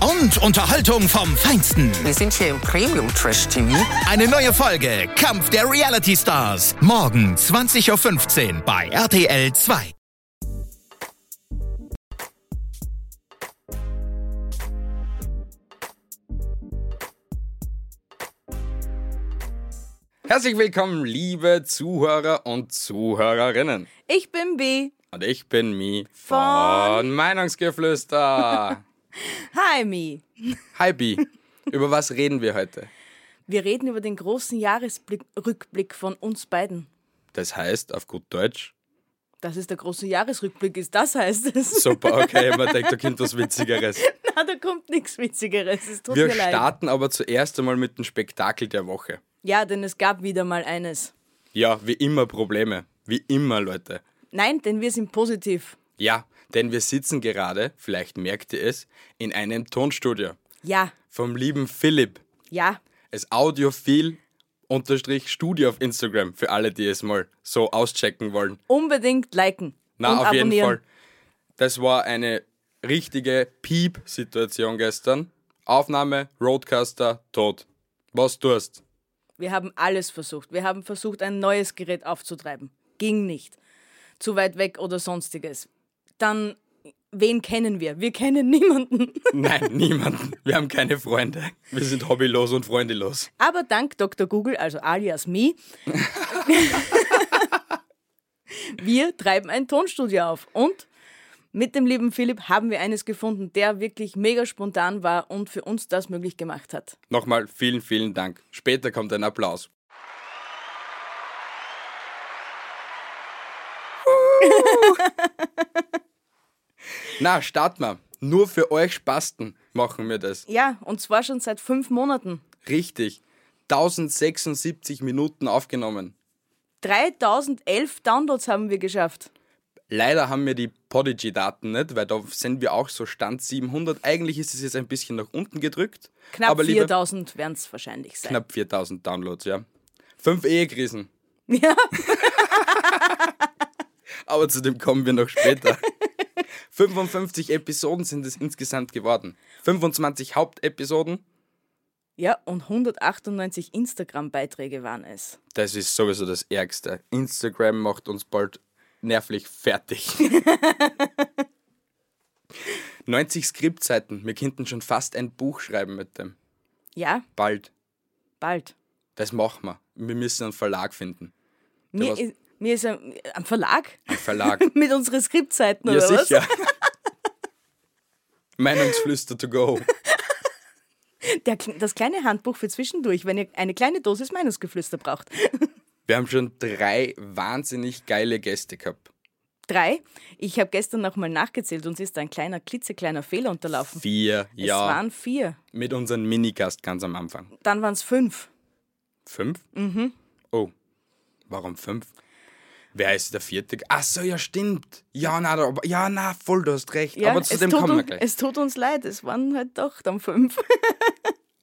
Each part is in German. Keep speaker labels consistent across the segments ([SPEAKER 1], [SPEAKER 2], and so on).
[SPEAKER 1] und Unterhaltung vom Feinsten.
[SPEAKER 2] Wir sind hier im Premium Trash TV.
[SPEAKER 1] Eine neue Folge Kampf der Reality Stars. Morgen 20.15 Uhr bei RTL 2.
[SPEAKER 3] Herzlich willkommen, liebe Zuhörer und Zuhörerinnen.
[SPEAKER 4] Ich bin B.
[SPEAKER 3] Und ich bin Mi von
[SPEAKER 4] Von-
[SPEAKER 3] Meinungsgeflüster.
[SPEAKER 4] Hi, Mi.
[SPEAKER 3] Hi Bi, über was reden wir heute?
[SPEAKER 4] Wir reden über den großen Jahresrückblick von uns beiden.
[SPEAKER 3] Das heißt auf gut Deutsch.
[SPEAKER 4] Dass es der große Jahresrückblick ist, das heißt es.
[SPEAKER 3] Super, okay, man denkt, da kommt was Witzigeres.
[SPEAKER 4] Na, da kommt nichts Witzigeres. Es tut
[SPEAKER 3] Wir
[SPEAKER 4] mir leid.
[SPEAKER 3] starten aber zuerst einmal mit dem Spektakel der Woche.
[SPEAKER 4] Ja, denn es gab wieder mal eines.
[SPEAKER 3] Ja, wie immer Probleme. Wie immer, Leute.
[SPEAKER 4] Nein, denn wir sind positiv.
[SPEAKER 3] Ja, denn wir sitzen gerade, vielleicht merkt ihr es, in einem Tonstudio
[SPEAKER 4] Ja,
[SPEAKER 3] vom lieben Philipp.
[SPEAKER 4] ja.
[SPEAKER 3] Es audiophil unterstrich Studio auf Instagram für alle, die es mal so auschecken wollen.
[SPEAKER 4] Unbedingt liken.
[SPEAKER 3] Na,
[SPEAKER 4] und
[SPEAKER 3] auf
[SPEAKER 4] abonnieren.
[SPEAKER 3] jeden Fall. Das war eine richtige Piep-Situation gestern. Aufnahme, Roadcaster, tot. Was tust?
[SPEAKER 4] Wir haben alles versucht. Wir haben versucht, ein neues Gerät aufzutreiben. Ging nicht. Zu weit weg oder sonstiges. Dann, wen kennen wir? Wir kennen niemanden.
[SPEAKER 3] Nein, niemanden. Wir haben keine Freunde. Wir sind hobbylos und freundelos.
[SPEAKER 4] Aber dank Dr. Google, also alias me, wir treiben ein Tonstudio auf. Und mit dem lieben Philipp haben wir eines gefunden, der wirklich mega spontan war und für uns das möglich gemacht hat.
[SPEAKER 3] Nochmal vielen, vielen Dank. Später kommt ein Applaus. Na, starten wir. Nur für euch Spasten machen wir das.
[SPEAKER 4] Ja, und zwar schon seit fünf Monaten.
[SPEAKER 3] Richtig. 1076 Minuten aufgenommen.
[SPEAKER 4] 3011 Downloads haben wir geschafft.
[SPEAKER 3] Leider haben wir die Podigy-Daten nicht, weil da sind wir auch so Stand 700. Eigentlich ist es jetzt ein bisschen nach unten gedrückt.
[SPEAKER 4] Knapp
[SPEAKER 3] aber lieber-
[SPEAKER 4] 4000 werden es wahrscheinlich sein.
[SPEAKER 3] Knapp 4000 Downloads, ja. Fünf Ehekrisen.
[SPEAKER 4] Ja,
[SPEAKER 3] Aber zu dem kommen wir noch später. 55 Episoden sind es insgesamt geworden. 25 Hauptepisoden.
[SPEAKER 4] ja, und 198 Instagram-Beiträge waren es.
[SPEAKER 3] Das ist sowieso das Ärgste. Instagram macht uns bald nervlich fertig. 90 Skriptseiten. Wir könnten schon fast ein Buch schreiben mit dem.
[SPEAKER 4] Ja,
[SPEAKER 3] Bald.
[SPEAKER 4] bald.
[SPEAKER 3] Das machen wir. Wir müssen einen Verlag finden.
[SPEAKER 4] Mir
[SPEAKER 3] was-
[SPEAKER 4] ist, mir ist ein, ein Verlag
[SPEAKER 3] Ein Verlag.
[SPEAKER 4] mit unseren Skriptseiten
[SPEAKER 3] ja,
[SPEAKER 4] oder was?
[SPEAKER 3] sicher. Meinungsflüster to go.
[SPEAKER 4] Der, Kle- das kleine Handbuch für zwischendurch, wenn ihr eine kleine Dosis Meinungsgeflüster braucht.
[SPEAKER 3] Wir haben schon drei wahnsinnig geile Gäste gehabt.
[SPEAKER 4] Drei. Ich habe gestern nochmal nachgezählt, uns ist ein kleiner, klitzekleiner Fehler unterlaufen.
[SPEAKER 3] Vier, ja.
[SPEAKER 4] Es waren vier.
[SPEAKER 3] mit unserem Minigast ganz am Anfang.
[SPEAKER 4] Dann waren es fünf.
[SPEAKER 3] Fünf? Mhm. Oh, warum fünf? Wer ist der vierte? Ach so, ja, stimmt. Ja, na, da- ja, na, voll, du hast recht.
[SPEAKER 4] Ja,
[SPEAKER 3] Aber zu
[SPEAKER 4] es
[SPEAKER 3] dem
[SPEAKER 4] tut
[SPEAKER 3] kommen wir
[SPEAKER 4] uns-
[SPEAKER 3] gleich.
[SPEAKER 4] Es tut uns leid, es waren halt doch dann fünf.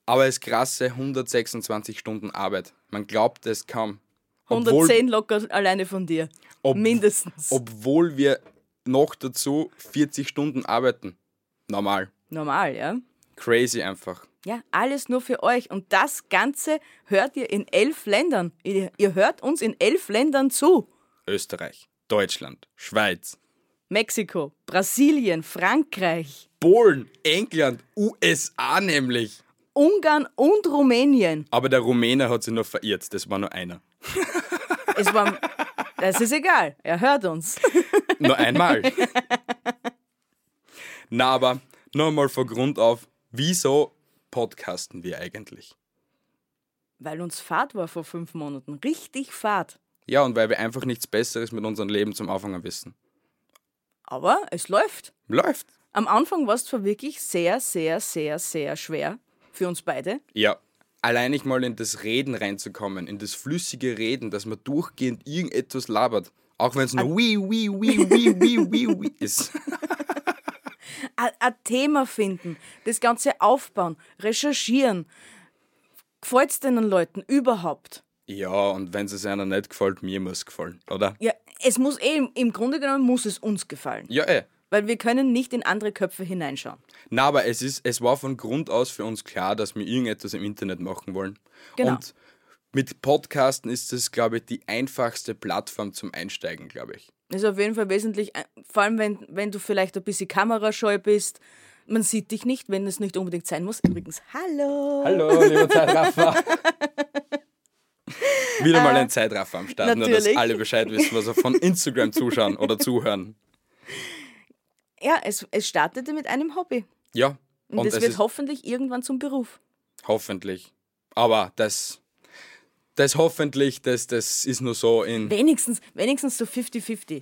[SPEAKER 3] Aber es ist krasse 126 Stunden Arbeit. Man glaubt es kaum. Obwohl-
[SPEAKER 4] 110 locker alleine von dir.
[SPEAKER 3] Ob-
[SPEAKER 4] Mindestens.
[SPEAKER 3] Obwohl wir noch dazu 40 Stunden arbeiten. Normal.
[SPEAKER 4] Normal, ja?
[SPEAKER 3] Crazy einfach.
[SPEAKER 4] Ja, alles nur für euch. Und das Ganze hört ihr in elf Ländern. Ihr, ihr hört uns in elf Ländern zu.
[SPEAKER 3] Österreich, Deutschland, Schweiz,
[SPEAKER 4] Mexiko, Brasilien, Frankreich,
[SPEAKER 3] Polen, England, USA nämlich.
[SPEAKER 4] Ungarn und Rumänien.
[SPEAKER 3] Aber der Rumäne hat sich noch verirrt. Das war nur einer.
[SPEAKER 4] Es war, das ist egal, er hört uns.
[SPEAKER 3] Nur einmal. Na, aber nochmal von Grund auf, wieso podcasten wir eigentlich?
[SPEAKER 4] Weil uns Fahrt war vor fünf Monaten. Richtig Fahrt.
[SPEAKER 3] Ja, und weil wir einfach nichts Besseres mit unserem Leben zum Anfangen wissen.
[SPEAKER 4] Aber es läuft.
[SPEAKER 3] Läuft.
[SPEAKER 4] Am Anfang war es zwar wirklich sehr, sehr, sehr, sehr schwer für uns beide.
[SPEAKER 3] Ja. Allein nicht mal in das Reden reinzukommen, in das flüssige Reden, dass man durchgehend irgendetwas labert. Auch wenn es nur wie, wie, wie, wie, wie, wie, wie ist.
[SPEAKER 4] Ein- Ein Thema finden, das Ganze aufbauen, recherchieren. Gefällt es den Leuten überhaupt?
[SPEAKER 3] Ja, und wenn es einer nicht gefällt, mir muss gefallen, oder?
[SPEAKER 4] Ja, es muss eh, im Grunde genommen muss es uns gefallen.
[SPEAKER 3] Ja, eh.
[SPEAKER 4] Weil wir können nicht in andere Köpfe hineinschauen.
[SPEAKER 3] Na, aber es ist, es war von Grund aus für uns klar, dass wir irgendetwas im Internet machen wollen.
[SPEAKER 4] Genau.
[SPEAKER 3] Und mit Podcasten ist es, glaube ich, die einfachste Plattform zum Einsteigen, glaube ich.
[SPEAKER 4] Ist auf jeden Fall wesentlich, ein- vor allem wenn, wenn du vielleicht ein bisschen kamerascheu bist. Man sieht dich nicht, wenn es nicht unbedingt sein muss. Übrigens, hallo!
[SPEAKER 3] Hallo, lieber Zeitraffer. Wieder mal ein Zeitraffer am Start, nur dass
[SPEAKER 4] Äh, natürlich.
[SPEAKER 3] alle Bescheid wissen, was sie von Instagram zuschauen oder zuhören.
[SPEAKER 4] Ja, es, es startete mit einem Hobby.
[SPEAKER 3] Ja,
[SPEAKER 4] Und,
[SPEAKER 3] und
[SPEAKER 4] es
[SPEAKER 3] es
[SPEAKER 4] wird
[SPEAKER 3] ist
[SPEAKER 4] hoffentlich irgendwann zum Beruf.
[SPEAKER 3] hoffentlich. Aber das, das hoffentlich, das, das ist nur so in.
[SPEAKER 4] Wenigstens, wenigstens so 50-50.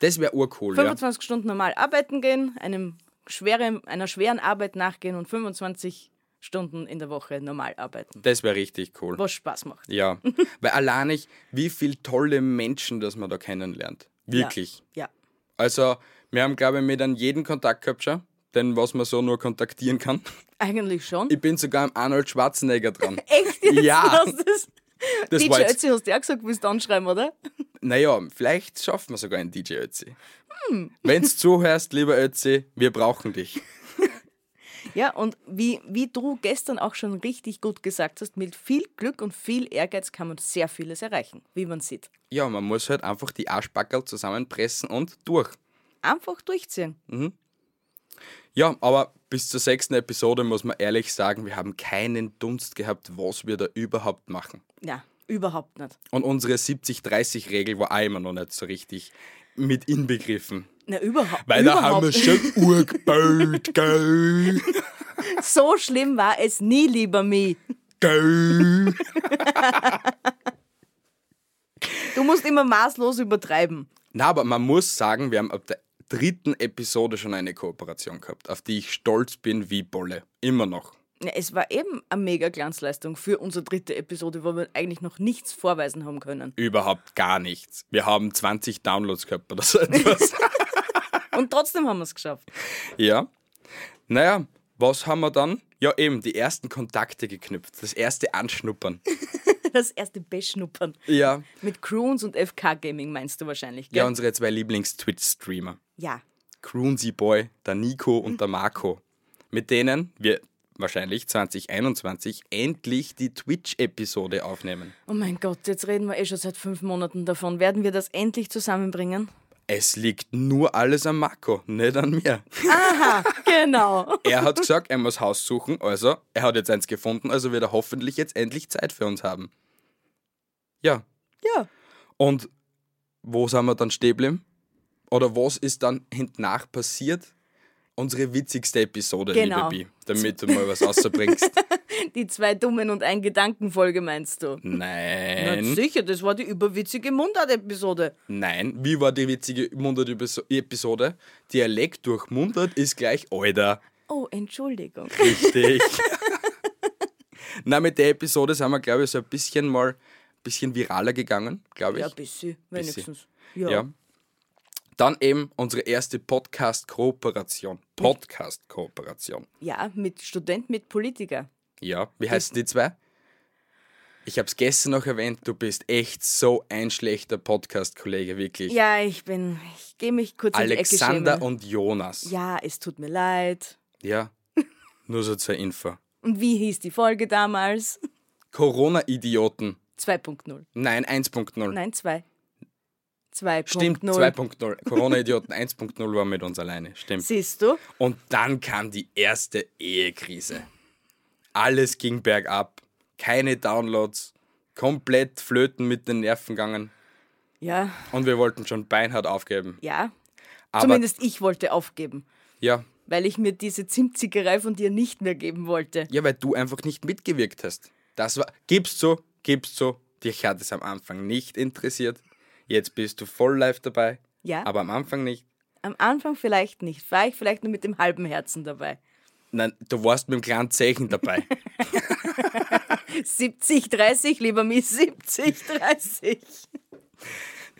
[SPEAKER 3] Das wäre urcool, ja.
[SPEAKER 4] 25 Stunden normal arbeiten gehen, einem schweren, einer schweren Arbeit nachgehen und 25 Stunden in der Woche normal arbeiten.
[SPEAKER 3] Das wäre richtig cool.
[SPEAKER 4] Was Spaß macht.
[SPEAKER 3] Ja, weil allein ich, wie viele tolle Menschen, dass man da kennenlernt. Wirklich.
[SPEAKER 4] Ja.
[SPEAKER 3] Also, wir haben, glaube ich, mit an jeden Kontakt gehabt schon, denn was man so nur kontaktieren kann.
[SPEAKER 4] Eigentlich schon.
[SPEAKER 3] Ich bin sogar am Arnold Schwarzenegger dran.
[SPEAKER 4] Echt jetzt?
[SPEAKER 3] Ja.
[SPEAKER 4] Du hast das,
[SPEAKER 3] Das
[SPEAKER 4] DJ
[SPEAKER 3] war jetzt-
[SPEAKER 4] Ötzi hast du ja gesagt, willst du anschreiben, oder?
[SPEAKER 3] Naja, vielleicht schaffen wir sogar einen DJ Ötzi.
[SPEAKER 4] Hm.
[SPEAKER 3] Wenn du zuhörst, lieber Ötzi, wir brauchen dich.
[SPEAKER 4] Ja, und wie, wie du gestern auch schon richtig gut gesagt hast, mit viel Glück und viel Ehrgeiz kann man sehr vieles erreichen, wie man sieht.
[SPEAKER 3] Ja, man muss halt einfach die Arschbackerl zusammenpressen und durch.
[SPEAKER 4] Einfach durchziehen.
[SPEAKER 3] Ja, aber bis zur sechsten Episode muss man ehrlich sagen, wir haben keinen Dunst gehabt, was wir da überhaupt machen.
[SPEAKER 4] Ja, überhaupt nicht.
[SPEAKER 3] Und unsere 70-30-Regel war auch immer noch nicht so richtig mit inbegriffen.
[SPEAKER 4] Na, überhaupt,
[SPEAKER 3] Weil da haben wir
[SPEAKER 4] überhaupt.
[SPEAKER 3] schon urgeballt, gell,
[SPEAKER 4] So schlimm war es nie, lieber Mi.
[SPEAKER 3] gell.
[SPEAKER 4] Du musst immer maßlos übertreiben.
[SPEAKER 3] Na, aber man muss sagen, wir haben ab der dritten Episode schon eine Kooperation gehabt, auf die ich stolz bin wie Bolle. Immer noch.
[SPEAKER 4] Ja, es war eben eine mega Glanzleistung für unsere dritte Episode, wo wir eigentlich noch nichts vorweisen haben können.
[SPEAKER 3] Überhaupt gar nichts. Wir haben 20 Downloads gehabt oder so etwas.
[SPEAKER 4] Und trotzdem haben wir es geschafft.
[SPEAKER 3] ja. Naja, was haben wir dann? Ja, eben, die ersten Kontakte geknüpft, das erste Anschnuppern.
[SPEAKER 4] Das erste Beschnuppern.
[SPEAKER 3] Ja.
[SPEAKER 4] Mit Croons und FK Gaming meinst du wahrscheinlich, gell?
[SPEAKER 3] Ja, unsere zwei Lieblings-Twitch-Streamer.
[SPEAKER 4] ja.
[SPEAKER 3] Croonzy Boy, der Nico und der Marco, mit denen wir wahrscheinlich 2021 endlich die Twitch-Episode aufnehmen.
[SPEAKER 4] Oh mein Gott, jetzt reden wir eh schon seit fünf Monaten davon. Werden wir das endlich zusammenbringen?
[SPEAKER 3] Es liegt nur alles am Marco, nicht an mir.
[SPEAKER 4] Genau.
[SPEAKER 3] Er hat gesagt, er muss Haus suchen, also er hat jetzt eins gefunden, also wird er hoffentlich jetzt endlich Zeit für uns haben. Ja.
[SPEAKER 4] Ja.
[SPEAKER 3] Und wo sind wir dann stehen geblieben? Oder was ist dann hintnach passiert? Unsere witzigste Episode,
[SPEAKER 4] Genau.
[SPEAKER 3] liebe Bi, damit du mal was rausbringst.
[SPEAKER 4] Die zwei Dummen und ein Gedankenfolge meinst du?
[SPEAKER 3] Nein.
[SPEAKER 4] Na sicher, das war die überwitzige Mundart-Episode.
[SPEAKER 3] Nein, wie war die witzige Mundart-Episode? Dialekt durch Mundart ist gleich Alter.
[SPEAKER 4] Oh, Entschuldigung.
[SPEAKER 3] Richtig. Na, mit der Episode sind wir, glaube ich, so ein bisschen mal bisschen viraler gegangen, glaube ich.
[SPEAKER 4] Ja, bisschen, wenigstens.
[SPEAKER 3] Ja. Dann eben unsere erste Podcast-Kooperation. Podcast-Kooperation.
[SPEAKER 4] Ja, mit Student, mit Politiker.
[SPEAKER 3] Ja, wie heißen die zwei? Ich habe es gestern noch erwähnt, du bist echt so ein schlechter Podcast-Kollege, wirklich.
[SPEAKER 4] Ja, ich bin, ich gehe mich kurz in die Ecke
[SPEAKER 3] Alexander
[SPEAKER 4] schämen.
[SPEAKER 3] und Jonas.
[SPEAKER 4] Ja, es tut mir leid.
[SPEAKER 3] Ja, nur so zur Info.
[SPEAKER 4] Und wie hieß die Folge damals?
[SPEAKER 3] Corona-Idioten.
[SPEAKER 4] 2.0.
[SPEAKER 3] Nein, 1.0.
[SPEAKER 4] Nein, 2. 2.0.
[SPEAKER 3] Stimmt, 2.0. Corona-Idioten 1.0 war mit uns alleine. Stimmt.
[SPEAKER 4] Siehst du?
[SPEAKER 3] Und dann kam die erste Ehekrise. Alles ging bergab. Keine Downloads. Komplett flöten mit den Nerven gegangen.
[SPEAKER 4] Ja,
[SPEAKER 3] Und wir wollten schon beinhart aufgeben.
[SPEAKER 4] ja.
[SPEAKER 3] Aber
[SPEAKER 4] Zumindest ich wollte aufgeben,
[SPEAKER 3] Ja,
[SPEAKER 4] weil ich mir diese Zimtzickerei von dir nicht mehr geben wollte.
[SPEAKER 3] ja, weil du einfach nicht mitgewirkt hast. Das war. Gibst so, gibst so. Dich hat es am Anfang nicht interessiert. Jetzt bist du voll live dabei.
[SPEAKER 4] Ja.
[SPEAKER 3] Aber am Anfang nicht.
[SPEAKER 4] Am Anfang vielleicht nicht. War ich vielleicht nur mit dem halben Herzen dabei.
[SPEAKER 3] Nein, du warst mit dem kleinen Zeichen dabei.
[SPEAKER 4] 70, 30, lieber mich, 70, 30.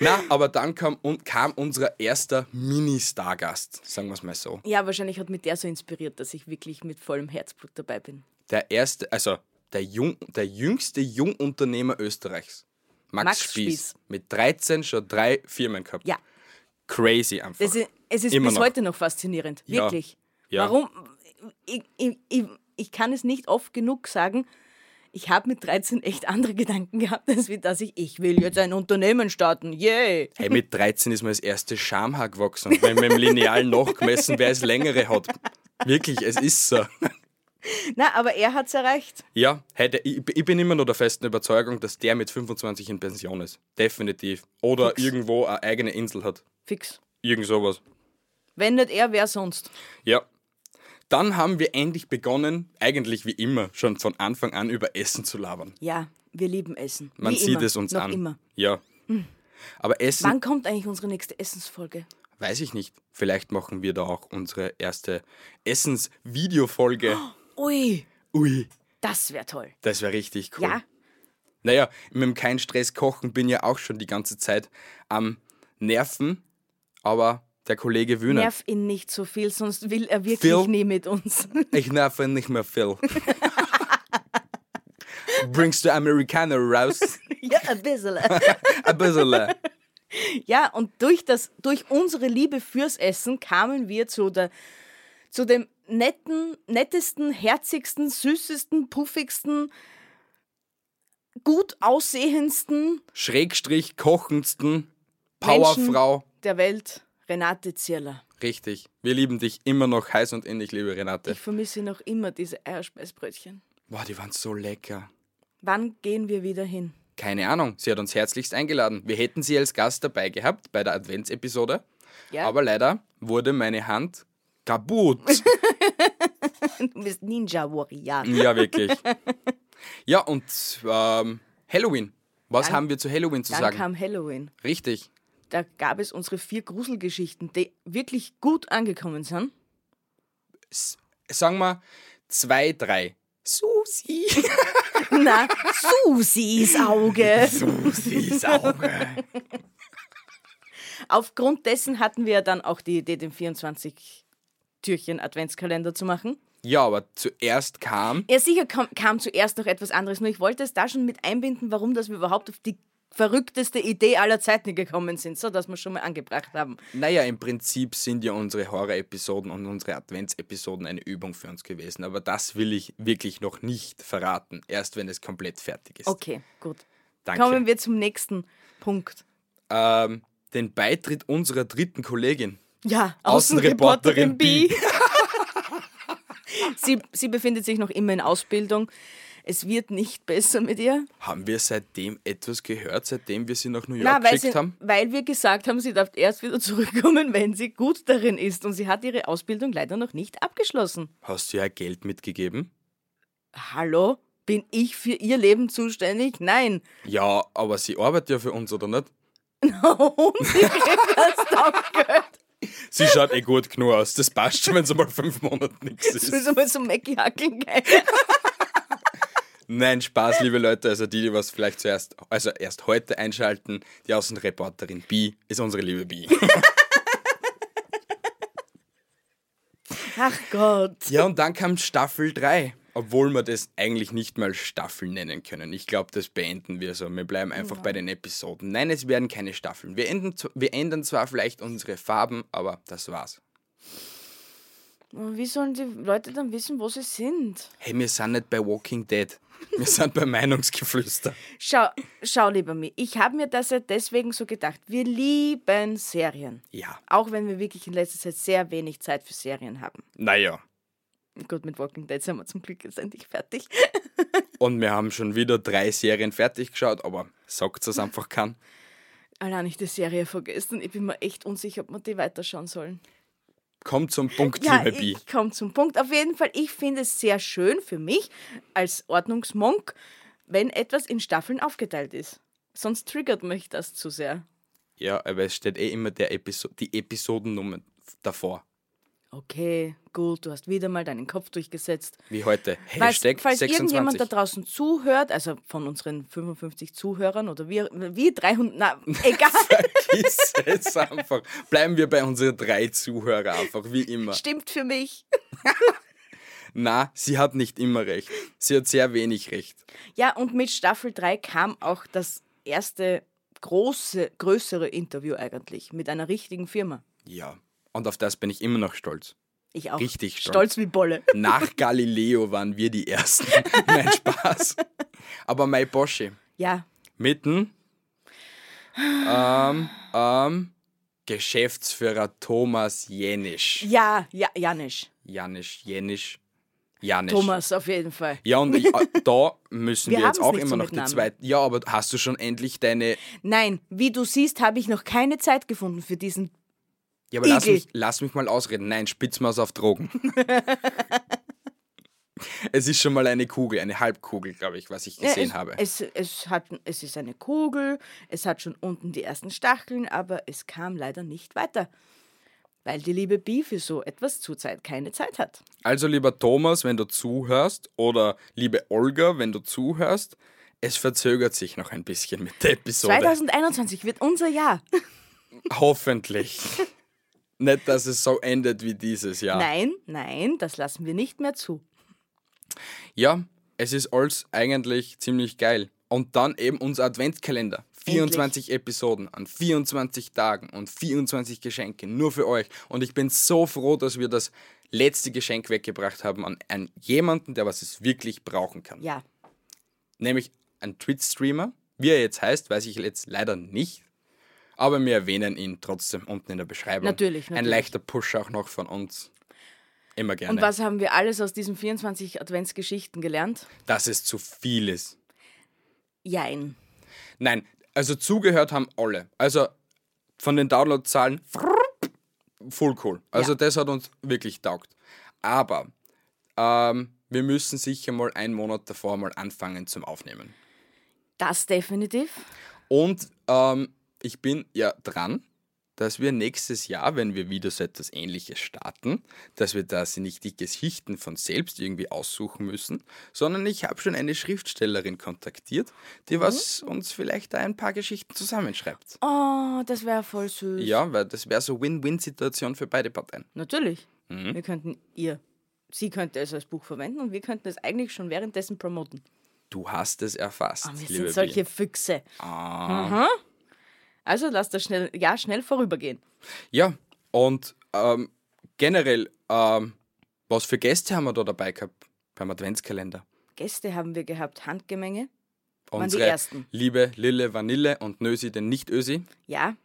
[SPEAKER 3] Na, aber dann kam, und kam unser erster Mini-Stargast, sagen wir es mal so.
[SPEAKER 4] Ja, wahrscheinlich hat mich der so inspiriert, dass ich wirklich mit vollem Herzblut dabei bin.
[SPEAKER 3] Der erste, also der, Jung, der jüngste Jungunternehmer Österreichs. Max,
[SPEAKER 4] Max
[SPEAKER 3] Spieß.
[SPEAKER 4] Spieß.
[SPEAKER 3] Mit 13 schon drei Firmen gehabt.
[SPEAKER 4] Ja,
[SPEAKER 3] Crazy einfach.
[SPEAKER 4] das ist, es ist
[SPEAKER 3] Immer
[SPEAKER 4] bis
[SPEAKER 3] noch.
[SPEAKER 4] heute noch faszinierend.
[SPEAKER 3] Ja.
[SPEAKER 4] Wirklich.
[SPEAKER 3] Ja.
[SPEAKER 4] Warum? Ich, ich, ich, ich kann es nicht oft genug sagen. Ich habe mit 13 echt andere Gedanken gehabt, als wie dass ich, ich will jetzt ein Unternehmen starten. Yay!
[SPEAKER 3] Hey, mit 13 ist mir das erste Schamhaar gewachsen. Und wenn mit dem Lineal nachgemessen, wer das längere hat. Wirklich, es ist so.
[SPEAKER 4] Na, aber er hat's erreicht.
[SPEAKER 3] Ja, hey, der, ich, ich bin immer noch der festen Überzeugung, dass der mit 25 in Pension ist. Definitiv. Oder irgendwo eine eigene Insel hat.
[SPEAKER 4] Fix.
[SPEAKER 3] Irgend sowas.
[SPEAKER 4] Wenn nicht er, wer sonst?
[SPEAKER 3] Ja. Dann haben wir endlich begonnen, eigentlich wie immer, schon von Anfang an über Essen zu labern.
[SPEAKER 4] Ja, wir lieben Essen.
[SPEAKER 3] Man
[SPEAKER 4] Wie
[SPEAKER 3] sieht
[SPEAKER 4] immer.
[SPEAKER 3] es uns
[SPEAKER 4] Noch
[SPEAKER 3] an.
[SPEAKER 4] Immer. Hm.
[SPEAKER 3] Ja. Aber Essen,
[SPEAKER 4] Wann kommt eigentlich unsere nächste Essensfolge?
[SPEAKER 3] weiß ich nicht. Vielleicht machen wir da auch unsere erste Essens-Videofolge.
[SPEAKER 4] Oh. Ui,
[SPEAKER 3] Ui,
[SPEAKER 4] das wäre toll.
[SPEAKER 3] das wäre richtig cool.
[SPEAKER 4] Ja,
[SPEAKER 3] Naja, mit dem Kein Stress kochen bin ja auch schon die ganze Zeit am Nerven, aber der Kollege Wühner.
[SPEAKER 4] nerv ihn nicht so viel, sonst will er wirklich
[SPEAKER 3] Phil?
[SPEAKER 4] nie mit uns.
[SPEAKER 3] Ich nerve nicht mehr viel. Bringst du Amerikaner raus?
[SPEAKER 4] ja, ein bisschen.
[SPEAKER 3] Ein bisschen.
[SPEAKER 4] ja, und durch, das, durch unsere Liebe fürs Essen kamen wir zu, der, zu dem netten, nettesten, herzigsten, süßesten, puffigsten, gut aussehendsten
[SPEAKER 3] Schrägstrich kochendsten
[SPEAKER 4] Menschen.
[SPEAKER 3] Powerfrau.
[SPEAKER 4] der Welt, Renate Zierler.
[SPEAKER 3] Richtig. Wir lieben dich immer noch heiß und innig, liebe Renate.
[SPEAKER 4] Ich vermisse noch immer diese Eierspeisbrötchen.
[SPEAKER 3] Boah, die waren so lecker.
[SPEAKER 4] Wann gehen wir wieder hin?
[SPEAKER 3] Keine Ahnung, sie hat uns herzlichst eingeladen. Wir hätten sie als Gast dabei gehabt bei der Adventsepisode,
[SPEAKER 4] Ja,
[SPEAKER 3] aber leider wurde meine Hand kaputt.
[SPEAKER 4] du bist Ninja Warrior.
[SPEAKER 3] ja, wirklich. Ja, und ähm, Halloween. Was haben wir zu Halloween zu
[SPEAKER 4] Dann
[SPEAKER 3] sagen?
[SPEAKER 4] kam Halloween.
[SPEAKER 3] Richtig.
[SPEAKER 4] Da gab es unsere vier Gruselgeschichten, die wirklich gut angekommen sind.
[SPEAKER 3] Sagen wir zwei, drei. Susi.
[SPEAKER 4] Na, Susis Auge.
[SPEAKER 3] Susis Auge.
[SPEAKER 4] Aufgrund dessen hatten wir ja dann auch die Idee, den 24 Türchen Adventskalender zu machen.
[SPEAKER 3] Ja, aber zuerst kam
[SPEAKER 4] Ja, sicher kam, kam zuerst noch etwas anderes, nur ich wollte es da schon mit einbinden, warum dass wir überhaupt auf die verrückteste Idee aller Zeiten gekommen sind, so dass wir schon mal angebracht haben.
[SPEAKER 3] Naja, im Prinzip sind ja unsere Horror-Episoden und unsere Advents-Episoden eine Übung für uns gewesen, aber das will ich wirklich noch nicht verraten, erst wenn es komplett fertig ist.
[SPEAKER 4] Okay, gut.
[SPEAKER 3] Danke.
[SPEAKER 4] Kommen wir zum nächsten Punkt.
[SPEAKER 3] Ähm, den Beitritt unserer dritten Kollegin.
[SPEAKER 4] Ja,
[SPEAKER 3] Außenreporterin
[SPEAKER 4] Außenreporterin B. sie, sie befindet sich noch immer in Ausbildung. Es wird nicht besser mit ihr.
[SPEAKER 3] Haben wir seitdem etwas gehört, seitdem wir sie nach New York
[SPEAKER 4] Na, weil,
[SPEAKER 3] geschickt
[SPEAKER 4] sie,
[SPEAKER 3] haben?
[SPEAKER 4] weil wir gesagt haben, sie darf erst wieder zurückkommen, wenn sie gut darin ist. Und sie hat ihre Ausbildung leider noch nicht abgeschlossen.
[SPEAKER 3] Hast du ja Geld mitgegeben?
[SPEAKER 4] Hallo? Bin ich für ihr Leben zuständig? Nein.
[SPEAKER 3] Ja, aber sie arbeitet ja für uns, oder nicht?
[SPEAKER 4] Und sie kriegt das doch Geld.
[SPEAKER 3] Sie schaut eh gut genug aus, das passt schon, wenn es mal fünf Monate nichts ist.
[SPEAKER 4] Müssen wir zum Mackie hackeln gehen?
[SPEAKER 3] Nein, Spaß, liebe Leute. Also die, die was vielleicht zuerst, also erst heute einschalten, die Außenreporterin Bi ist unsere liebe Bi.
[SPEAKER 4] Ach Gott.
[SPEAKER 3] ja, und dann kam Staffel 3. Obwohl wir das eigentlich nicht mal Staffel nennen können. Ich glaube, das beenden wir so. Wir bleiben einfach bei den Episoden. Nein, es werden keine Staffeln. Wir, enden, z- wir ändern zwar vielleicht unsere Farben, aber das war's.
[SPEAKER 4] Und wie sollen die Leute dann wissen, wo sie sind?
[SPEAKER 3] Hey, wir sind nicht bei Walking Dead. Wir sind bei Meinungsgeflüster.
[SPEAKER 4] Schau, schau lieber mir, ich habe mir das ja deswegen so gedacht. Wir lieben Serien.
[SPEAKER 3] Ja.
[SPEAKER 4] Auch wenn wir wirklich in letzter Zeit sehr wenig Zeit für Serien haben.
[SPEAKER 3] Naja.
[SPEAKER 4] Gut, mit Walking Dead sind wir zum Glück jetzt endlich fertig.
[SPEAKER 3] Und wir haben schon wieder drei Serien fertig geschaut, aber sagt's es einfach kann.
[SPEAKER 4] Allein ich die Serie vergessen. Ich bin mir echt unsicher, ob wir die weiterschauen sollen.
[SPEAKER 3] Kommt zum Punkt,
[SPEAKER 4] Ja,
[SPEAKER 3] liebe Bi.
[SPEAKER 4] ich komme zum Punkt. Auf jeden Fall, ich finde es sehr schön für mich als Ordnungsmonk, wenn etwas in Staffeln aufgeteilt ist. Sonst triggert mich das zu sehr.
[SPEAKER 3] Ja, aber es steht eh immer der Episo die Episodennummer davor.
[SPEAKER 4] Okay, gut, du hast wieder mal deinen Kopf durchgesetzt.
[SPEAKER 3] Wie heute.
[SPEAKER 4] Falls,
[SPEAKER 3] Hashtag
[SPEAKER 4] falls irgendjemand da
[SPEAKER 3] 26.
[SPEAKER 4] draußen zuhört, also von unseren 55 Zuhörern oder wir, wir 300, na, egal,
[SPEAKER 3] Ist es einfach. Bleiben wir bei unseren drei Zuhörer einfach, wie immer.
[SPEAKER 4] stimmt für mich.
[SPEAKER 3] Na, sie hat nicht immer recht. Sie hat sehr wenig recht.
[SPEAKER 4] Ja, und mit Staffel 3 kam auch das erste große, größere Interview eigentlich mit einer richtigen Firma.
[SPEAKER 3] Ja. Und auf das bin ich immer noch stolz.
[SPEAKER 4] Ich auch.
[SPEAKER 3] Richtig stolz.
[SPEAKER 4] Stolz wie Bolle.
[SPEAKER 3] Nach Galileo waren wir die Ersten. Nein, Spaß. Aber mein Bosche,
[SPEAKER 4] Ja,
[SPEAKER 3] mitten ähm, ähm, Geschäftsführer Thomas Jenisch.
[SPEAKER 4] ja, ja, Janisch.
[SPEAKER 3] Janisch, Jenisch, Janisch.
[SPEAKER 4] Thomas auf jeden Fall.
[SPEAKER 3] Ja, und ich, äh, da müssen
[SPEAKER 4] Wir
[SPEAKER 3] wir, jetzt
[SPEAKER 4] haben's
[SPEAKER 3] auch
[SPEAKER 4] nicht
[SPEAKER 3] immer
[SPEAKER 4] so
[SPEAKER 3] noch
[SPEAKER 4] mit
[SPEAKER 3] die
[SPEAKER 4] Namen.
[SPEAKER 3] zweite. Ja, aber hast du schon endlich deine.
[SPEAKER 4] Nein, wie du siehst, habe ich noch keine Zeit gefunden für diesen.
[SPEAKER 3] Ja, aber lass
[SPEAKER 4] Igel.
[SPEAKER 3] mich, lass mich mal ausreden. Nein, Spitzmaus auf Drogen. es ist schon mal eine Kugel, eine Halbkugel, glaube ich, was ich gesehen
[SPEAKER 4] es,
[SPEAKER 3] habe.
[SPEAKER 4] Es, es, hat, es ist eine Kugel, es hat schon unten die ersten Stacheln, aber es kam leider nicht weiter. Weil die liebe Bi für so etwas zurzeit keine Zeit hat.
[SPEAKER 3] Also lieber Thomas, wenn du zuhörst, oder liebe Olga, wenn du zuhörst, es verzögert sich noch ein bisschen mit der Episode.
[SPEAKER 4] 2021 wird unser Jahr.
[SPEAKER 3] Hoffentlich. Nicht, dass es so endet wie dieses Jahr.
[SPEAKER 4] Nein, nein, das lassen wir nicht mehr zu.
[SPEAKER 3] Ja, es ist alles eigentlich ziemlich geil. Und dann eben unser Adventskalender. 24 Episoden an 24 Tagen und 24 Geschenke nur für euch. Und ich bin so froh, dass wir das letzte Geschenk weggebracht haben an, an jemanden, der was es wirklich brauchen kann.
[SPEAKER 4] Ja,
[SPEAKER 3] nämlich ein Twitch-Streamer. Wie er jetzt heißt, weiß ich jetzt leider nicht. Aber wir erwähnen ihn trotzdem unten in der Beschreibung.
[SPEAKER 4] Natürlich,
[SPEAKER 3] Ein
[SPEAKER 4] natürlich.
[SPEAKER 3] leichter Push auch noch von uns. Immer gerne.
[SPEAKER 4] und was haben wir alles aus diesen 24 Adventsgeschichten gelernt?
[SPEAKER 3] Dass es zu viel ist.
[SPEAKER 4] Jein.
[SPEAKER 3] Nein, also zugehört haben alle. Also von den Downloadzahlen voll cool. Also
[SPEAKER 4] Ja.
[SPEAKER 3] das hat uns wirklich taugt. Aber ähm, wir müssen sicher mal einen Monat davor mal anfangen zum Aufnehmen.
[SPEAKER 4] Das definitiv.
[SPEAKER 3] Und ähm, ich bin ja dran, dass wir nächstes Jahr, wenn wir wieder so etwas Ähnliches starten, dass wir da nicht die Geschichten von selbst irgendwie aussuchen müssen, sondern ich habe schon eine Schriftstellerin kontaktiert, die was uns vielleicht da ein paar Geschichten zusammenschreibt.
[SPEAKER 4] Oh, das wäre voll süß.
[SPEAKER 3] Ja, weil das wäre so Win-Win-Situation für beide Parteien.
[SPEAKER 4] Natürlich.
[SPEAKER 3] Mhm.
[SPEAKER 4] Wir könnten ihr, sie könnte es als Buch verwenden und wir könnten es eigentlich schon währenddessen promoten.
[SPEAKER 3] Du hast es erfasst,
[SPEAKER 4] Ah, Wir
[SPEAKER 3] liebe Ah.
[SPEAKER 4] sind solche Hm.
[SPEAKER 3] Bienen.
[SPEAKER 4] Füchse. Aha. Also lass das schnell, ja, schnell vorübergehen.
[SPEAKER 3] Ja, und ähm, generell, ähm, was für Gäste haben wir da dabei gehabt beim Adventskalender?
[SPEAKER 4] Gäste haben wir gehabt, Handgemenge. Waren die
[SPEAKER 3] Unsere
[SPEAKER 4] Ersten.
[SPEAKER 3] liebe Lille Vanille und Nösi den Nicht-Ösi.
[SPEAKER 4] Ja,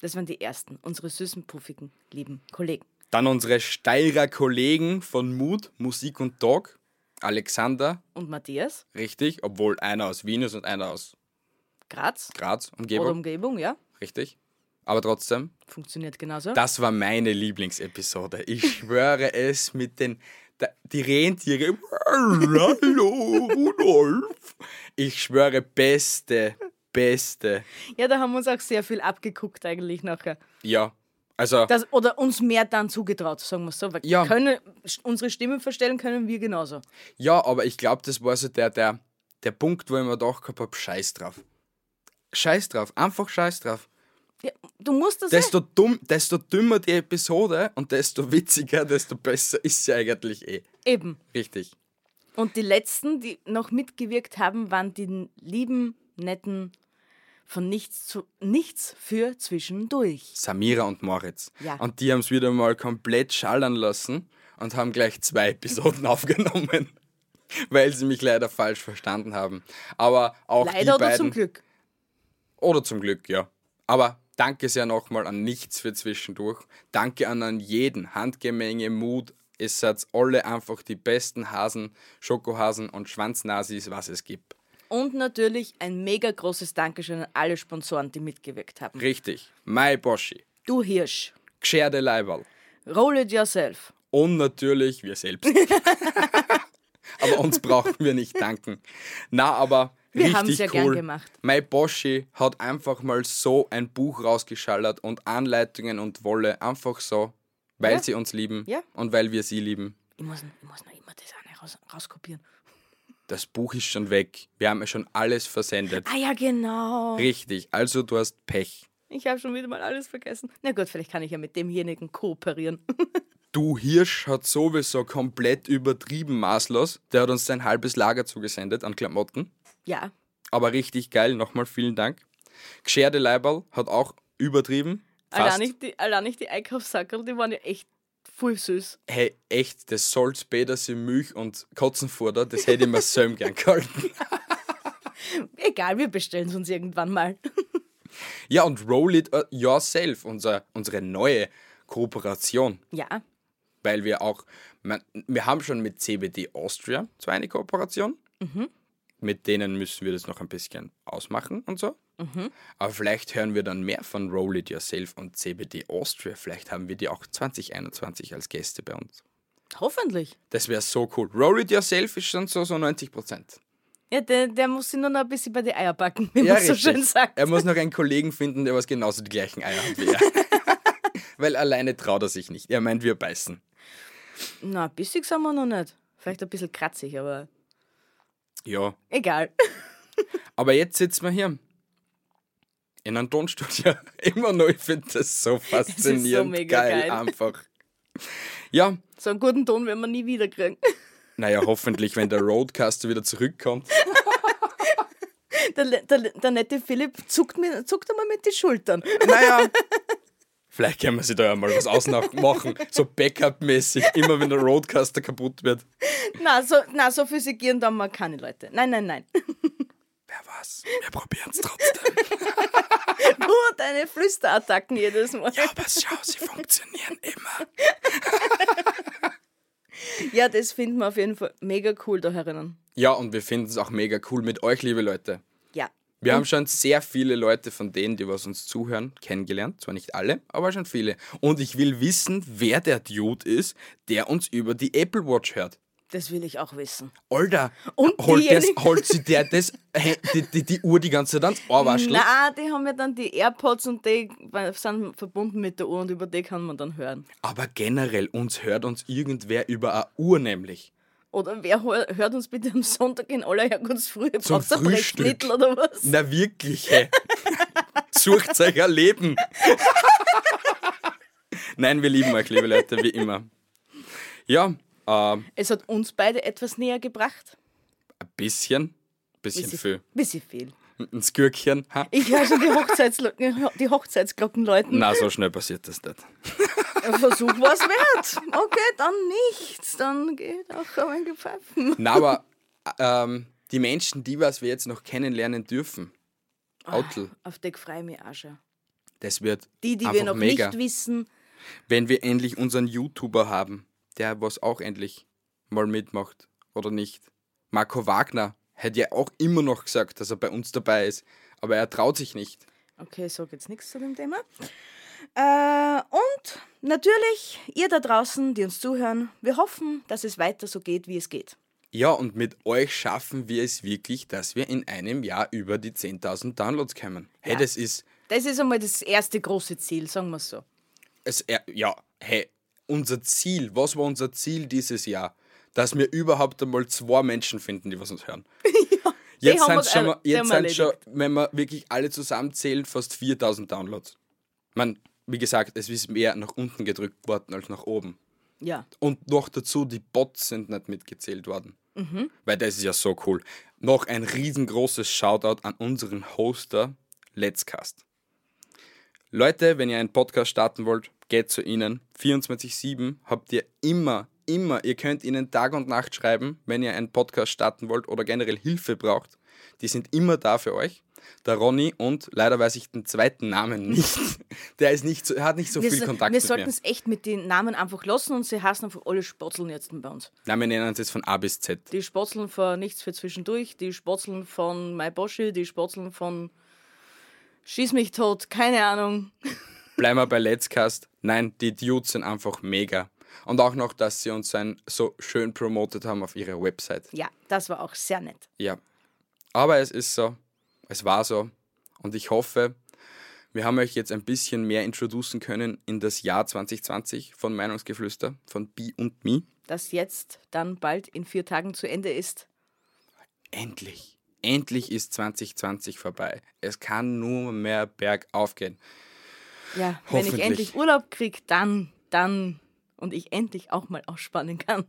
[SPEAKER 4] das waren die ersten, unsere süßen, puffigen, lieben Kollegen.
[SPEAKER 3] Dann unsere Steirer Kollegen von Mut, Musik und Talk. Alexander,
[SPEAKER 4] Und Matthias,
[SPEAKER 3] richtig, obwohl einer aus Wien ist und einer aus
[SPEAKER 4] Graz
[SPEAKER 3] Graz,
[SPEAKER 4] oder
[SPEAKER 3] Umgebung,
[SPEAKER 4] Umgebung, ja,
[SPEAKER 3] richtig. Aber trotzdem,
[SPEAKER 4] funktioniert genauso.
[SPEAKER 3] das war meine Lieblingsepisode. Ich schwöre es mit den, da- die Rentiere. Hallo, Rudolf. Ich schwöre, beste, beste.
[SPEAKER 4] Ja, da haben wir uns auch sehr viel abgeguckt eigentlich nachher.
[SPEAKER 3] Ja, also
[SPEAKER 4] Das, oder uns mehr dann zugetraut, sagen wir so. Weil
[SPEAKER 3] Ja.
[SPEAKER 4] können, unsere Stimmen verstellen können wir genauso.
[SPEAKER 3] Ja, aber ich glaube, das war so der, der, der Punkt, wo ich mir gedacht habe, scheiß drauf. Scheiß drauf, einfach scheiß drauf.
[SPEAKER 4] Ja, du musst das, eh.
[SPEAKER 3] Desto, dumm, desto dümmer die Episode und desto witziger, desto besser ist sie eigentlich eh.
[SPEAKER 4] eben.
[SPEAKER 3] Richtig.
[SPEAKER 4] Und die letzten, die noch mitgewirkt haben, waren die lieben, netten, von nichts zu nichts für zwischendurch.
[SPEAKER 3] Samira und Moritz.
[SPEAKER 4] Ja.
[SPEAKER 3] Und die haben es wieder mal komplett schallern lassen und haben gleich zwei Episoden aufgenommen, weil sie mich leider falsch verstanden haben. Aber auch
[SPEAKER 4] Leider
[SPEAKER 3] die
[SPEAKER 4] oder
[SPEAKER 3] beiden,
[SPEAKER 4] zum Glück.
[SPEAKER 3] Oder zum Glück, ja. Aber danke sehr nochmal an nichts für zwischendurch. Danke an, an jeden. Handgemenge, Mut. Es seid alle einfach die besten Hasen, Schokohasen und Schwanznasis, was es gibt.
[SPEAKER 4] Und natürlich ein mega großes Dankeschön an alle Sponsoren, die mitgewirkt haben.
[SPEAKER 3] Richtig. Mai Boschi.
[SPEAKER 4] Du Hirsch,
[SPEAKER 3] Gscherde Leiberl.
[SPEAKER 4] roll it yourself.
[SPEAKER 3] Und natürlich wir selbst. aber uns brauchen wir nicht danken. Na, aber
[SPEAKER 4] Wir
[SPEAKER 3] richtig
[SPEAKER 4] haben's ja
[SPEAKER 3] cool.
[SPEAKER 4] gern gemacht.
[SPEAKER 3] Mein Boschi hat einfach mal so ein Buch rausgeschallert und Anleitungen und Wolle einfach so Weil sie uns lieben
[SPEAKER 4] Ja.
[SPEAKER 3] und weil wir sie lieben.
[SPEAKER 4] Ich muss, ich muss noch immer das eine raus, rauskopieren.
[SPEAKER 3] Das Buch ist schon weg. Wir haben ja schon alles versendet.
[SPEAKER 4] Ah ja, genau.
[SPEAKER 3] Richtig, also du hast Pech.
[SPEAKER 4] Ich habe schon wieder mal alles vergessen. Na gut, vielleicht kann ich ja mit demjenigen kooperieren.
[SPEAKER 3] Du Hirsch hat sowieso komplett übertrieben maßlos. Der hat uns sein halbes Lager zugesendet an Klamotten.
[SPEAKER 4] ja.
[SPEAKER 3] Aber richtig geil, nochmal vielen Dank. Gescherte Leiberl hat auch übertrieben. Fast.
[SPEAKER 4] Allein Ah, nicht, die, allein nicht die Einkaufssackerl, die waren ja echt voll süß.
[SPEAKER 3] Hey, echt, das Salz, Petersil, Milch und Kotzenfutter, das hätte ich mir selber gern gehalten.
[SPEAKER 4] Egal, wir bestellen es uns irgendwann mal.
[SPEAKER 3] Ja, und Roll It uh, Yourself, unser, unsere neue Kooperation.
[SPEAKER 4] Ja.
[SPEAKER 3] weil wir auch, man, wir haben schon mit CBD Austria zwar eine Kooperation,
[SPEAKER 4] Mhm.
[SPEAKER 3] mit denen müssen wir das noch ein bisschen ausmachen und so.
[SPEAKER 4] Mhm.
[SPEAKER 3] Aber vielleicht hören wir dann mehr von Roll It Yourself und CBD Austria. Vielleicht haben wir die auch 2021 als Gäste bei uns.
[SPEAKER 4] Hoffentlich.
[SPEAKER 3] Das wäre so cool. Roll It Yourself ist schon so, so 90 Prozent.
[SPEAKER 4] Ja, der, der muss sich nur noch ein bisschen bei die Eier backen, wie man so schön sagt.
[SPEAKER 3] Er muss noch einen Kollegen finden, der was genauso die gleichen Eier hat wie er. Weil alleine traut er sich nicht. Er meint, wir beißen.
[SPEAKER 4] Na, bissig sind wir noch nicht. Vielleicht ein bisschen kratzig, aber
[SPEAKER 3] Ja,
[SPEAKER 4] egal.
[SPEAKER 3] Aber jetzt sitzen wir hier. In einem Tonstudio. Immer noch, ich finde das so faszinierend.
[SPEAKER 4] mega
[SPEAKER 3] geil,
[SPEAKER 4] geil.
[SPEAKER 3] einfach. Ja,
[SPEAKER 4] So einen guten Ton werden wir nie wieder kriegen.
[SPEAKER 3] naja, hoffentlich, wenn der Roadcaster wieder zurückkommt.
[SPEAKER 4] Der, le- der, le- der nette Philipp zuckt, mir, zuckt einmal mit den Schultern.
[SPEAKER 3] Naja. Vielleicht können wir sich da ja mal was ausmachen. So Backup-mäßig, immer wenn der Roadcaster kaputt wird.
[SPEAKER 4] Na, so, na, so physikieren dann mal keine Leute. Nein, nein, nein.
[SPEAKER 3] Wer weiß, wir probieren es trotzdem.
[SPEAKER 4] Nur deine Flüsterattacken jedes Mal. Ja.
[SPEAKER 3] Aber schau, sie funktionieren immer.
[SPEAKER 4] das finden wir auf jeden Fall mega cool da herinnen.
[SPEAKER 3] Ja, und wir finden es auch mega cool mit euch, liebe Leute.
[SPEAKER 4] Ja.
[SPEAKER 3] Wir haben schon sehr viele Leute von denen, die was uns zuhören, kennengelernt. Zwar nicht alle, aber schon viele. Und ich will wissen, wer der Dude ist, der uns über die Apple Watch hört.
[SPEAKER 4] Das will ich auch wissen.
[SPEAKER 3] Alter,
[SPEAKER 4] Und
[SPEAKER 3] holt, das,
[SPEAKER 4] diejenigen-
[SPEAKER 3] holt sie der das, hä, die, die, die Uhr die ganze Zeit ans Ohrwaschel?
[SPEAKER 4] Na, ah, die haben ja dann die AirPods und die sind verbunden mit der Uhr und über die kann man dann hören.
[SPEAKER 3] Aber generell, uns hört uns irgendwer über eine Uhr nämlich.
[SPEAKER 4] Oder wer ho- hört uns bitte am Sonntag in aller Herkunftsfrühe
[SPEAKER 3] Zum
[SPEAKER 4] auf der
[SPEAKER 3] Frühstück.
[SPEAKER 4] Brechtmittel oder was?
[SPEAKER 3] Na wirklich, hä? Sucht euch ein Leben. Nein, wir lieben euch, liebe Leute, wie immer. Ja, ähm,
[SPEAKER 4] Es hat uns beide etwas näher gebracht.
[SPEAKER 3] Ein bisschen. Bisschen
[SPEAKER 4] Bisschen-
[SPEAKER 3] viel.
[SPEAKER 4] Bisschen viel.
[SPEAKER 3] Ein Skürkchen. Ha?
[SPEAKER 4] Ich höre schon die, Hochzeitslo- die Hochzeitsglocken läuten.
[SPEAKER 3] Na, so schnell passiert das nicht.
[SPEAKER 4] Ein Versuch war es wert. Okay, dann nichts. Dann geht auch ein Gepfeifen.
[SPEAKER 3] Na, aber ähm, die Menschen, die was wir jetzt noch kennenlernen dürfen, Outl,
[SPEAKER 4] Auf Deck freue ich mich auch schon.
[SPEAKER 3] das wird
[SPEAKER 4] Ah. Die, die
[SPEAKER 3] Hm. einfach
[SPEAKER 4] wir noch
[SPEAKER 3] mega.
[SPEAKER 4] nicht wissen.
[SPEAKER 3] Wenn wir endlich unseren YouTuber haben, der was auch endlich mal mitmacht oder nicht. Marco Wagner hätte ja auch immer noch gesagt, dass er bei uns dabei ist, aber er traut sich nicht.
[SPEAKER 4] Okay, ich sage jetzt nichts zu dem Thema. Äh, und natürlich, ihr da draußen, die uns zuhören, wir hoffen, dass es weiter so geht, wie es geht.
[SPEAKER 3] Ja, und mit euch schaffen wir es wirklich, dass wir in einem Jahr über die 10.000 Downloads kommen. Hey, das ist
[SPEAKER 4] Das ist einmal das erste große Ziel, sagen wir es so.
[SPEAKER 3] es, er- ja, hey, unser Ziel, was war unser Ziel dieses Jahr? Dass wir überhaupt einmal zwei Menschen finden, die was uns hören. jetzt
[SPEAKER 4] haben
[SPEAKER 3] sind
[SPEAKER 4] wir-
[SPEAKER 3] schon, mal,
[SPEAKER 4] äh, die
[SPEAKER 3] jetzt
[SPEAKER 4] haben wir
[SPEAKER 3] sind schon, wenn wir wirklich alle zusammenzählen, fast 4000 Downloads. Man, wie gesagt, es ist mehr nach unten gedrückt worden als nach oben.
[SPEAKER 4] Ja.
[SPEAKER 3] Und noch dazu, die Bots sind nicht mitgezählt worden. Weil das ist ja so cool. Noch ein riesengroßes Shoutout an unseren Hoster Let'scast. Leute, wenn ihr einen Podcast starten wollt, geht zu ihnen. 24-7 habt ihr immer, immer, ihr könnt ihnen Tag und Nacht schreiben, wenn ihr einen Podcast starten wollt oder generell Hilfe braucht. Die sind immer da für euch. Der Ronny und leider weiß ich den zweiten Namen nicht. Der ist nicht so, er hat nicht so
[SPEAKER 4] Wir,
[SPEAKER 3] viel
[SPEAKER 4] so-
[SPEAKER 3] Kontakt
[SPEAKER 4] wir
[SPEAKER 3] mit mir.
[SPEAKER 4] sollten es echt mit den Namen einfach lassen und sie hassen einfach alle Spotzeln jetzt bei uns.
[SPEAKER 3] Nein, wir nennen uns jetzt von A bis Z.
[SPEAKER 4] Die Spotzeln von Nichts für Zwischendurch, die Spotzeln von My Boschi, die Spotzeln von Schieß mich tot, keine Ahnung.
[SPEAKER 3] Bleiben wir bei Let'scast. Nein, die Dudes sind einfach mega. Und auch noch, dass sie uns ein, so schön promotet haben auf ihrer Website.
[SPEAKER 4] Ja, das war auch sehr nett.
[SPEAKER 3] Ja. Aber es ist so. Es war so. Und ich hoffe, Wir haben euch jetzt ein bisschen mehr introducen können in das Jahr 2020 von Meinungsgeflüster, von Bi und Mi.
[SPEAKER 4] das jetzt dann bald in vier Tagen zu Ende ist.
[SPEAKER 3] Endlich. Endlich ist 2020 vorbei. Es kann nur mehr bergauf gehen.
[SPEAKER 4] Ja, wenn ich
[SPEAKER 3] Hoffentlich.
[SPEAKER 4] endlich Urlaub kriege, dann, dann und ich endlich auch mal ausspannen kann.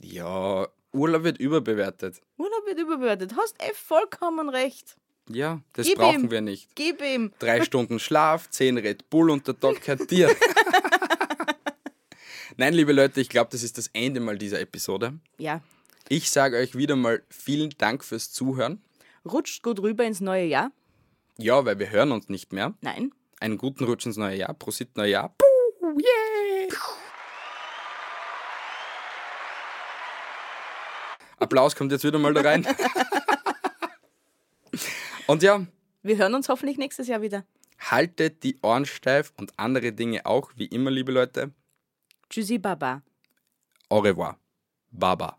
[SPEAKER 3] Ja, Urlaub wird überbewertet.
[SPEAKER 4] Urlaub wird überbewertet. Hast eh vollkommen recht.
[SPEAKER 3] Ja, das
[SPEAKER 4] Gib
[SPEAKER 3] brauchen
[SPEAKER 4] ihm.
[SPEAKER 3] wir nicht.
[SPEAKER 4] Gib ihm.
[SPEAKER 3] Drei Stunden Schlaf, zehn Red Bull und der Tag gehört dir. Nein, liebe Leute, ich glaube, das ist das Ende mal dieser Episode.
[SPEAKER 4] Ja,
[SPEAKER 3] Ich sage euch wieder mal vielen Dank fürs Zuhören.
[SPEAKER 4] rutscht gut rüber ins neue Jahr.
[SPEAKER 3] Ja, weil wir hören uns nicht mehr.
[SPEAKER 4] Nein,
[SPEAKER 3] Einen guten Rutsch ins neue Jahr. Prosit Neujahr. Applaus kommt jetzt wieder mal da rein. Und ja,
[SPEAKER 4] wir hören uns hoffentlich nächstes Jahr wieder.
[SPEAKER 3] haltet die Ohren steif und andere Dinge auch, wie immer, liebe Leute.
[SPEAKER 4] Tschüssi, Baba.
[SPEAKER 3] Au revoir. Baba.